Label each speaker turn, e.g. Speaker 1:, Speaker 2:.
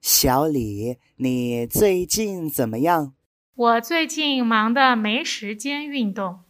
Speaker 1: 小李，你最近怎么样？
Speaker 2: 我最近忙得没时间运动。